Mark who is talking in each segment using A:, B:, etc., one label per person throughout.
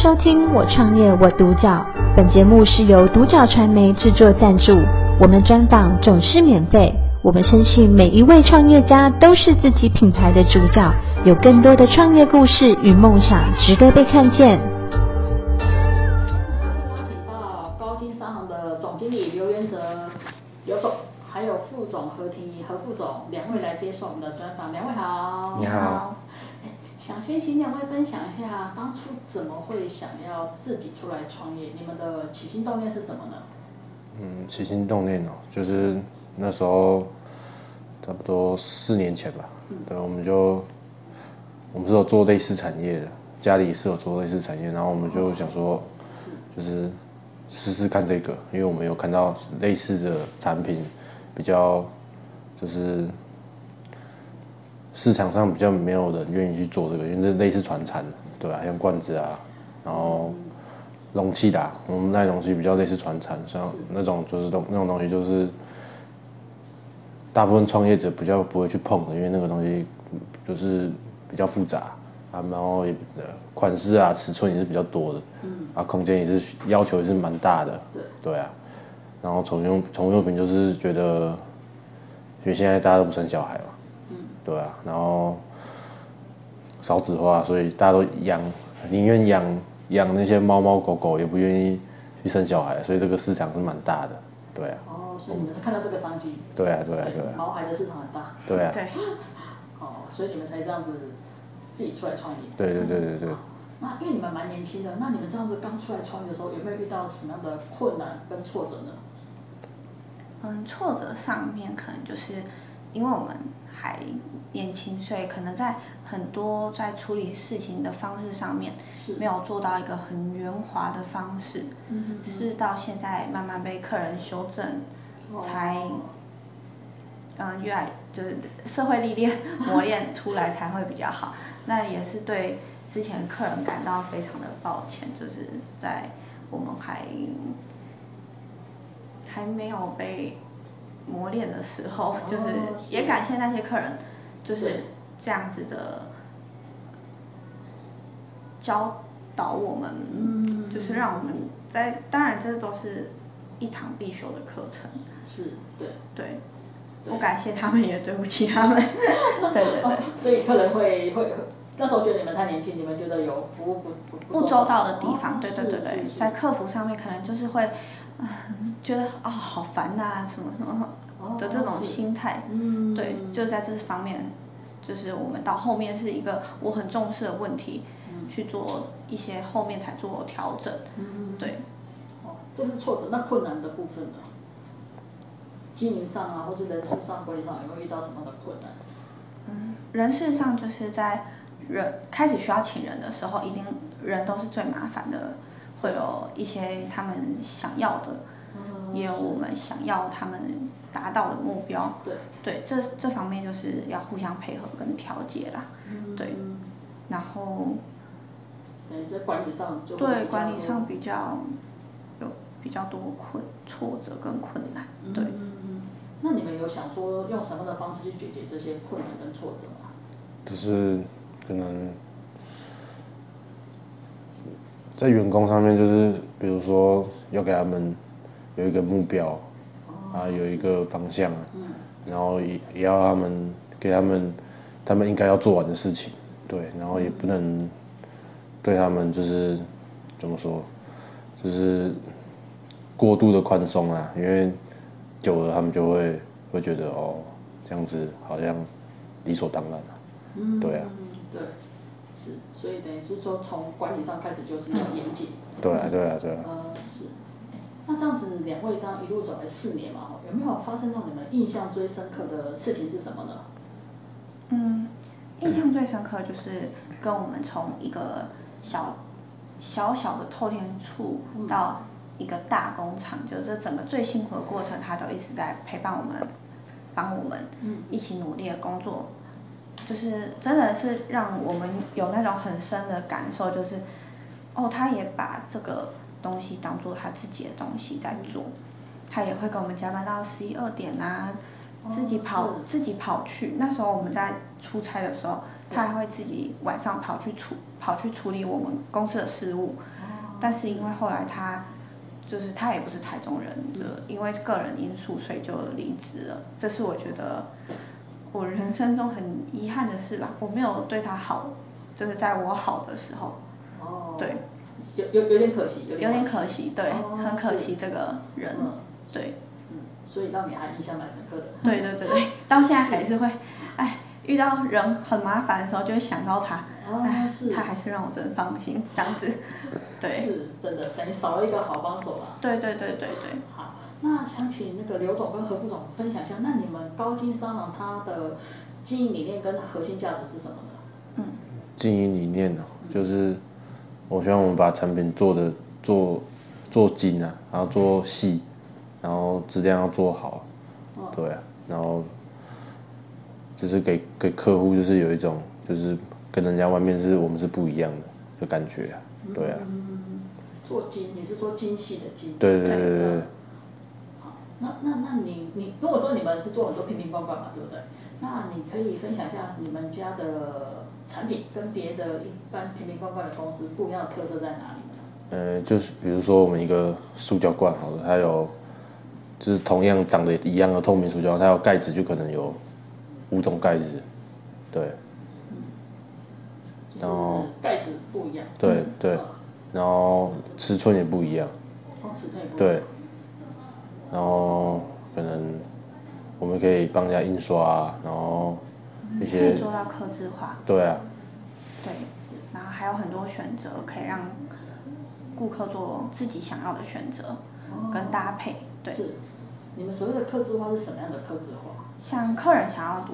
A: 收听《我创业我独角》，本节目是由独角传媒制作赞助，我们专访总是免费。我们深信每一位创业家都是自己品牌的主角，有更多的创业故事与梦想值得被看见。
B: 请到高金商行的总经理刘元泽刘总，还有副总何庭怡何副总两位来接受我们的专访，两位好。
C: 你好
B: 哎想先请两位分享一下当初怎么会想要自己出来创业，你们的起心动念是什么呢？
C: 嗯，起心动念哦，就是那时候差不多四年前吧，对，我们就我们是有做类似产业的，家里是有做类似产业，然后我们就想说，就是试试看这个，因为我们有看到类似的产品比较就是市场上比较没有人愿意去做这个，因为这类似传产，对吧、像罐子啊，然后容器的啊、我们那容器比较类似传产，像那种就是东那种东西就是大部分创业者比较不会去碰的，因为那个东西就是比较复杂啊，然后也呃款式啊尺寸也是比较多的，啊空间也是需要求也是蛮大的，
B: 对
C: 啊，然后宠物用宠物用品就是觉得，因为现在大家都不生小孩嘛，
B: 嗯
C: 对啊，然后少子化，所以大家都养，宁愿养养那些猫猫狗狗，也不愿意去生小孩，所以这个市场是蛮大的，对啊，
B: 哦，所以你们是看到这个商机。
C: 对啊，对啊，对啊，
B: 毛孩的市场很大。
C: 对啊，
D: 对，
B: 哦，所以你们才这样子自己出来创业。
C: 对对对对对。
B: 那因为你们蛮年轻的，那你们这样子刚出来创业的时候，有没有遇到什么样的困难跟挫折呢？
D: 嗯，挫折上面可能就是因为我们还年轻，所以可能在很多在处理事情的方式上面
B: 是
D: 没有做到一个很圆滑的方式，
B: 嗯哼哼
D: 是到现在慢慢被客人修正，
B: 哦
D: 才嗯越来就是社会 历练磨练出来才会比较好。那也是对之前客人感到非常的抱歉，就是在我们还还没有被磨练的时候，
B: 哦
D: 就是
B: 是
D: 也感谢那些客人，
B: 对
D: 就是这样子的教导我们，
B: 嗯
D: 就是让我们在当然这都是一堂必修的课程，
B: 是，对。
D: 对，
B: 对
D: 我感谢他们，也对不起他们，对 对
B: 哦
D: 对。
B: 所以客人会会那时候觉得你们太年轻，你们觉得有服务不不哦
D: 不周到的地方，对对对对，在客
B: 服
D: 服上面可能就是会，啊、觉得哦好烦呐、什么什
B: 哦
D: 么的这种
B: 是
D: 心态，
B: 嗯
D: 对，就在这方面，就是我们到后面是一个我很重视的问题，
B: 嗯
D: 去做一些后面才做调整，
B: 嗯
D: 对，
B: 哦，这是挫折，那困难的部分呢？经营上啊，或者人事上、管理上，有没有遇到什么样的困难？
D: 嗯，人事上就是在人开始需要请人的时候，一定人都是最麻烦的，会有一些他们想要的，
B: 嗯
D: 也有
B: 是
D: 我们想要他们达到的目标。
B: 对
D: 对，这这方面就是要互相配合跟调节啦。对
B: 嗯，
D: 然后
B: 等于是管理上就会
D: 对
B: 比较
D: 管理上
B: 多
D: 比较有比较多困挫折跟困难。对。
B: 嗯，那你们有想说用什么样的方式去解决这些困难跟挫折吗？
C: 就是可能在员工上面，就是比如说要给他们有一个目标啊，有一个方向啊，然后也也要他们给他们他们应该要做完的事情，对，然后也不能对他们就是怎么说，就是过度的宽松啊，因为久了他们就会会觉得哦，这样子好像理所当然了、
B: 嗯
C: 对啊，
B: 对，是，所以等于是说从管理上开始就是要严谨，
C: 对啊，对啊，对啊。
B: 呃，是。哎那这样子，两位这样一路走来四年嘛，吼有没有发生让你们印象最深刻的事情是什么呢？
D: 嗯，印象最深刻就是跟我们从一个小小小的透天处
B: 嗯
D: 到一个大工厂，就是这整个最辛苦的过程，他都一直在陪伴我们，帮我们
B: 嗯
D: 一起努力的工作，就是真的是让我们有那种很深的感受，就是哦，他也把这个东西当做他自己的东西在做。
B: 嗯
D: 他也会跟我们加班到十一二点啊，自己
B: 哦
D: 跑
B: 是
D: 自己跑去。那时候我们在出差的时候，他还会自己晚上跑去处跑去处理我们公司的事务。但是因为后来他就是他也不是台中人，就因为个人因素，所以就离职了。这是我觉得我人生中很遗憾的事吧，我没有对他好，就是在我好的时候。
B: 哦，
D: 对，
B: 有有有点可惜，
D: 有
B: 点
D: 点可惜，对，
B: 哦
D: 很可
B: 是
D: 惜这个人，
B: 嗯
D: 对，
B: 嗯，所以让你还印象蛮深刻的。
D: 对对对对，到现在还是会，哎，遇到人很麻烦的时候就会想到他，
B: 哦
D: 哎
B: 是，
D: 他还是让我真放心这样 子，对，
B: 是真的，等于少了一个好帮手啦。
D: 对对对对对。
B: 好，那想请那个刘总跟何副总分享一下，那你们高金商行它的经营理念跟核心价值是什么呢？
D: 嗯，
C: 经营理念呢、就是我希望我们把产品做的做做精啊，然后做细，然后质量要做好，
B: 嗯
C: 对啊，然后就是给给客户就是有一种就是跟人家外面是我们是不一样的的感觉啊，对啊，
B: 嗯，做精，你是说精细的精？
C: 对对对对对。
B: 好，那那那你你，如果说你们是做很多瓶瓶罐罐嘛，对不对？那你可以分享一下你们家的产品跟别的一般瓶瓶罐罐的公司不一样的特色在哪里呢？
C: 呃，就是比如说我们一个塑胶罐好了，它有就是同样长得一样的透明塑胶，它有盖子就可能有五种盖子，对
B: 就
C: 然后
B: 是盖子不一样。
C: 对对，然后尺寸也不一样，
B: 哦，尺寸也不一样。
C: 对，然后可能我们可以帮人家印刷啊，然后一
D: 可
C: 些
D: 以做到客制化，
C: 对啊，
D: 对，然后还有很多选择可以让顾客做自己想要的选择跟搭配，对，
B: 哦是，你们所谓的客制化是什么样的客制化？
D: 像客人想要读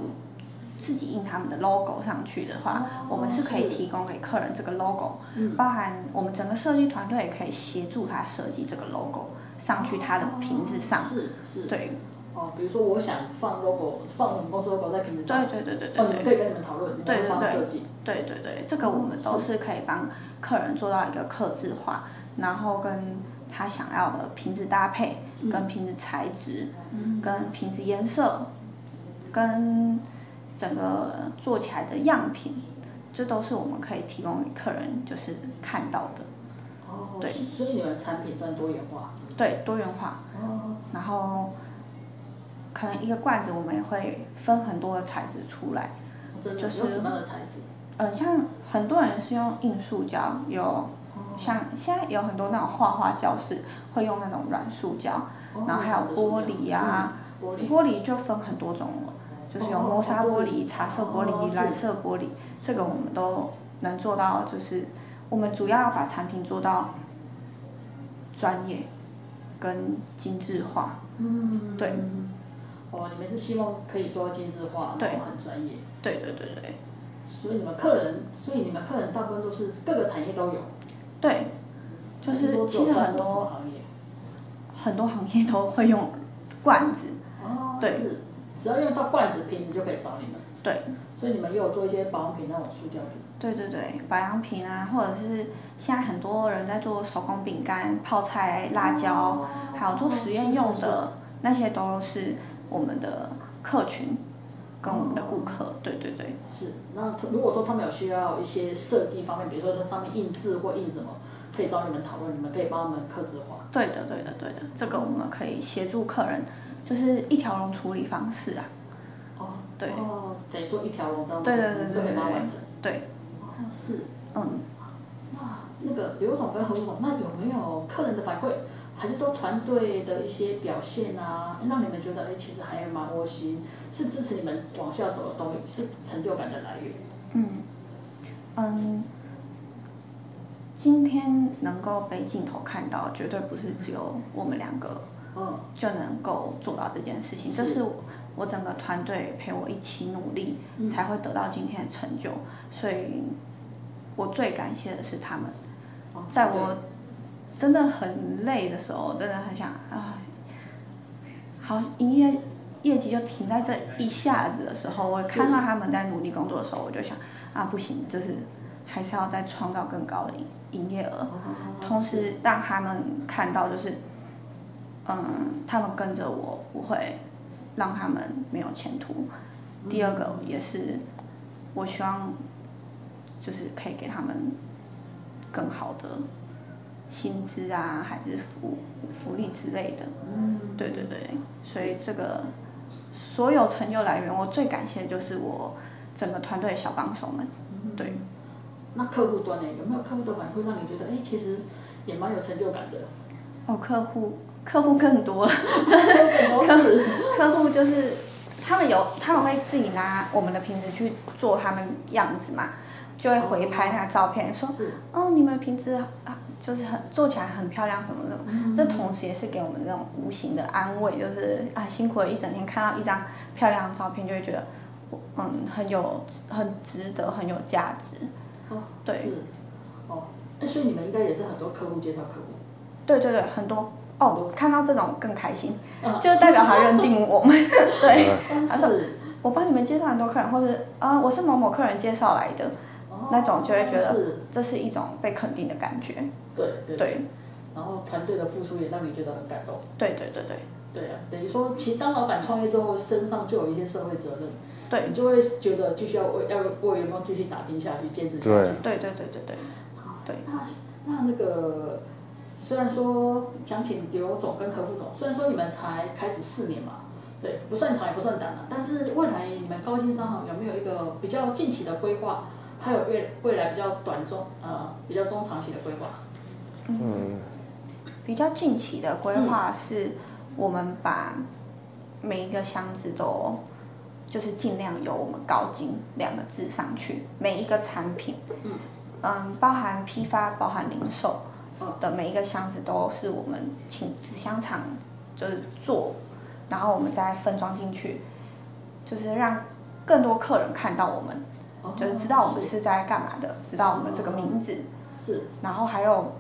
D: 自己印他们的 logo 上去的话，
B: 哦
D: 我们是可以
B: 是
D: 提供给客人这个 logo，、
B: 嗯
D: 包含我们整个设计团队也可以协助他设计这个 logo 上去他的瓶子上，
B: 哦是是。
D: 对，。
B: 哦，比如说我想放 logo，放我们公司 logo 在瓶子上。
D: 对对对对
B: 哦，你们可
D: 对
B: 以
D: 对。
B: 跟你们讨论，你
D: 对
B: 们
D: 对
B: 帮忙设
D: 对
B: 计。，
D: 对对对，这个我们都是可以帮客人做到一个客制化，然后跟他想要的瓶子搭配，
B: 嗯
D: 跟瓶子材质，跟瓶子颜色，跟整个做起来的样品，这都是我们可以提供给客人就是看到的，
B: 哦，
D: 对
B: 所以你们产品算多元化。
D: 对，多元化。
B: 哦，
D: 然后可能一个罐子我们也会分很多的材质出来，
B: 哦真的
D: 就是
B: 有什么样的材质？
D: 呃，像很多人是用硬塑胶，
B: 哦
D: 有像现在有很多那种画画教室会用那种软塑胶，
B: 哦
D: 然后还有玻璃啊，
B: 软的塑胶嗯玻璃
D: 就分很多种了，就是有
B: 哦
D: 磨砂玻
B: 玻
D: 璃、
B: 璃
D: 茶色玻
B: 哦
D: 璃、
B: 是
D: 蓝色玻璃，这个我们都能做到，就是我们主要要把产品做到专业跟精致化，
B: 嗯
D: 对。
B: 哦，你们是希望可以做到精致化，
D: 对
B: 然后很专业。
D: 对对对对。
B: 所以你们客人，所以你们客人大部分都是各个产业都有。
D: 对，就
B: 还是
D: 是
B: 说只
D: 其
B: 有
D: 实
B: 在
D: 很
B: 公司
D: 多
B: 行业
D: 很多行业都会用罐子，
B: 哦，
D: 对
B: 是，只要用到罐子、瓶子就可以找你们。
D: 对，
B: 所以你们也有做一些保养品那种塑胶品。
D: 对对对，保养品啊，或者是现在很多人在做手工饼干、泡菜、辣椒，
B: 哦
D: 还有做实
B: 是
D: 验
B: 是
D: 用
B: 是
D: 的，那些都是我们的客群跟我们的顾客，对对对，
B: 是，那如果说他们有需要一些设计方面，比如说在上面印字或印什么，可以找你们讨论，你们可以帮他们刻字化。
D: 对的对的对的，这个我们可以协助客人，就是一条龙处理方式啊，
B: 哦，
D: 对
B: 哦，等于说一条龙这样子，
D: 对对
B: 你
D: 对
B: 就可
D: 对
B: 以
D: 对
B: 帮他完成。
D: 对，对
B: 哦，是。
D: 嗯。
B: 哇，那个刘总跟何总，那有没有客人的反馈，还是说团队的一些表现啊，让你们觉得哎、其实还蛮窝心，是支持你们往下走的动力，是成就感的来源。
D: 嗯，嗯，今天能够被镜头看到，绝对不是只有我们两个，
B: 嗯
D: 就能够做到这件事情。这
B: 是
D: 是我我整个团队陪我一起努力，
B: 嗯
D: 才会得到今天的成就。所以，我最感谢的是他们
B: 哦，
D: 在
B: 对
D: 我真的很累的时候，真的很想啊，好，营业业绩就停在这一下子的时候，我看到他们在努力工作的时候，我就想啊，不行，这是还是要再创造更高的营营业额，同时让他们看到就是，嗯，他们跟着我不会让他们没有前途。第二个也是，我希望就是可以给他们更好的薪资啊，还是福福利之类的。
B: 嗯
D: 对对对，所以这个所有成就来源，我最感谢就是我整个团队的小帮手们。对，
B: 那客户端呢，有没有客户的反馈让你觉得，哎，其实也蛮有成就感的？
D: 哦，客户客户更多了，
B: 更多是
D: 客户就是他们有他们会自己拿我们的瓶子去做他们样子嘛，就会回拍那个照片说
B: 是，
D: 哦，你们瓶子啊就是很做起来很漂亮什么什么，
B: 嗯
D: 这同时也是给我们这种无形的安慰，就是啊辛苦了一整天，看到一张漂亮的照片就会觉得，嗯，很有很值得，很有价值。
B: 哦，
D: 对
B: 是，哦，哎，所以你们应该也是很多客户介绍客户。
D: 对对对，很多哦，看到这种更开心
B: 嗯，
D: 就代表他认定我 们，对
B: 嗯，
D: 他说
B: 是
D: 我帮你们介绍很多客人，或者啊、我是某某客人介绍来的，
B: 哦
D: 那种就会觉得
B: 是
D: 这是一种被肯定的感觉，
B: 对对
D: 对
B: 然后团队的付出也让你觉得很感动。
D: 对对对对，
B: 对啊，等于说，其实当老板创业之后，身上就有一些社会责任，
D: 对
B: 你就会觉得继续要为要为员工继续打拼下去，坚持下去。
C: 对
D: 对对对对对对，
B: 那那那个，虽然说想请刘总跟何副总，虽然说你们才开始四年嘛，对，不算长也不算短啊了，但是未来你们高新商行有没有一个比较近期的规划？还有未未来比较短中呃比较中长期的规划？
C: 嗯，
D: 比较近期的规划
B: 嗯
D: 是，我们把每一个箱子都就是尽量有我们高精两个字上去，每一个产品，
B: 嗯
D: 嗯，包含批发，包含零售
B: 嗯
D: 的每一个箱子都是我们请纸箱厂就是做，然后我们再分装进去，就是让更多客人看到我们，
B: 哦
D: 就是知道我们
B: 是
D: 是在干嘛的，知道我们这个名字，
B: 嗯是
D: 然后还有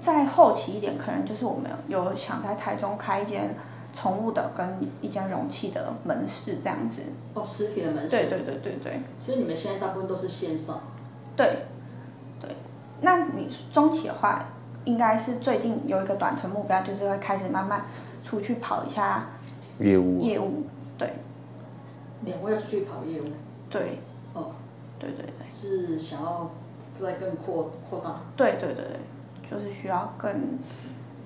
D: 再后期一点，可能就是我们有想在台中开一间宠物的跟一间容器的门市这样子。
B: 哦，实体的门市。
D: 对对对对对
B: 所以你们现在大部分都是线上。
D: 对对。那你中期的话，应该是最近有一个短程目标，就是会开始慢慢出去跑一下
C: 业务啊
D: 业务，对
B: 两位要出去跑业务。
D: 对
B: 哦，
D: 对对对。
B: 是想要再更扩扩大。
D: 对对对对，就是需要更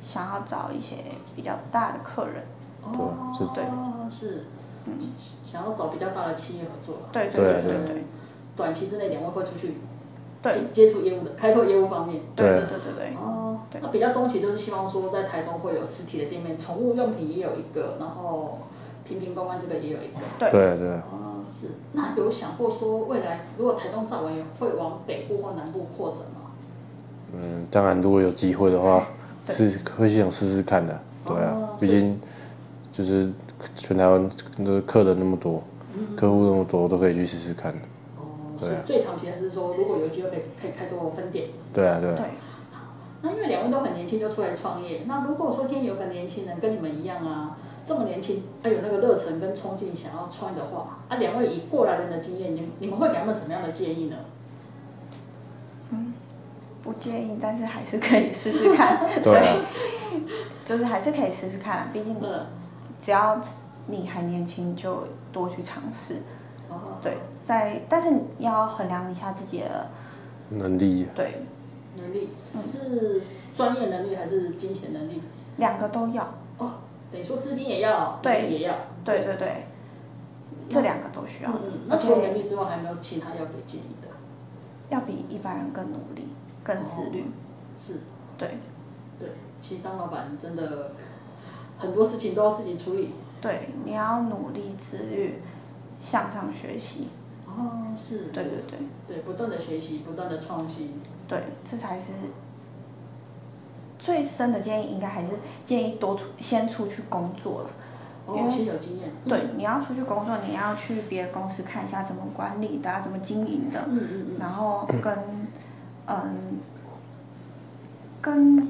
D: 想要找一些比较大的客人。
B: 哦，
C: 是
D: 对
B: 是，
D: 嗯，
B: 想要找比较大的企业合作啦。
D: 对
C: 对
D: 对对对
B: 短期之内两位会出去
D: 对
B: 接接触业务的，开拓业务方面。
D: 对
C: 对
D: 对对对
B: 哦，
D: 对
B: 那比较中期就是希望说在台中会有实体的店面，宠物用品也有一个，然后平平公关这个也有一个。
D: 对
C: 对对，
B: 哦，是。那有想过说未来如果台中造完会往北部或南部扩展吗？
C: 嗯，当然如果有机会的话，
D: 对
C: 是会想试试看的，对
B: 哦
C: 啊，毕
B: 所以
C: 竟就是全台湾的客人那么多，
D: 嗯
C: 客户那么多，都可以去试试看，
B: 哦，所以
C: 对啊
B: 最长期还是说，如果有机会可以可以开拓分店。
C: 对啊对啊。
D: 对，
B: 那因为两位都很年轻就出来创业，那如果说今天有个年轻人跟你们一样啊，这么年轻，还有那个热忱跟冲劲想要创业的话，啊，两位以过来人的经验，你你们会给他们什么样的建议呢？
D: 嗯，不建议，但是还是可以试试看
C: 对啊
D: 就是还是可以试试看啊，毕竟
B: 嗯
D: 只要你还年轻，就多去尝试。
B: 哦
D: 对，在但是你要衡量一下自己的，
C: 能力，
D: 对，
B: 能力是专业能力还是金钱能力？
D: 两个都要。
B: 哦，等于说资金也要，能
D: 对，
B: 力也要，
D: 对对对，这两个都需要的
B: 嗯，那
D: 而
B: 除了能力之
D: 且
B: 外，还有没有其他要给建议的？
D: 要比一般人更努力、更自律
B: 哦。是，
D: 对，
B: 对，其实当老板真的很多事情都要自己处理。
D: 对，你要努力、自律、向上学习。
B: 哦，是，
D: 对对对
B: 对，不断的学习，不断的创新。
D: 对，这才是最深的建议，应该还是建议多出先出去工作了。
B: 哦
D: 因为
B: 先有经验嗯
D: 对，你要出去工作，你要去别的公司看一下怎么管理的啊、怎么经营的，
B: 嗯嗯嗯
D: 然后跟嗯跟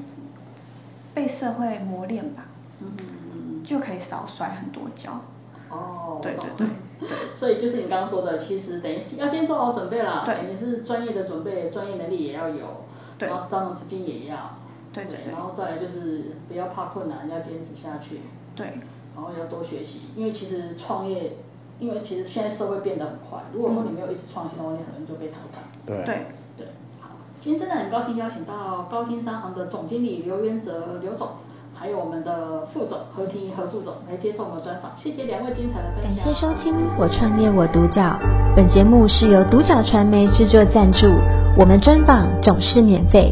D: 被社会磨练吧，
B: 嗯，
D: 就可以少摔很多跤。
B: 哦，我
D: 对
B: 懂
D: 对对
B: 所以就是你刚刚说的，其实等于是要先做好准备啦，
D: 对
B: 等于是专业的准备，专业能力也要有，
D: 对
B: 然后当然资金也要，
D: 对对对
B: 然后再来就是不要怕困难，要坚持下去，
D: 对
B: 然后要多学习，因为其实创业，因为其实现在社会变得很快，如果说你没有一直创新的话，你很容易就被淘汰。
C: 对
D: 对，
B: 对，好，今天真的很高兴邀请到高新商行的总经理刘元泽刘总，还有我们的副总何婷怡何副总来接受我们的专访，谢谢两位精彩的分
A: 感
B: 享。
A: 谢收听《我创业我独角》，本节目是由独角传媒制作赞助，我们专访总是免费。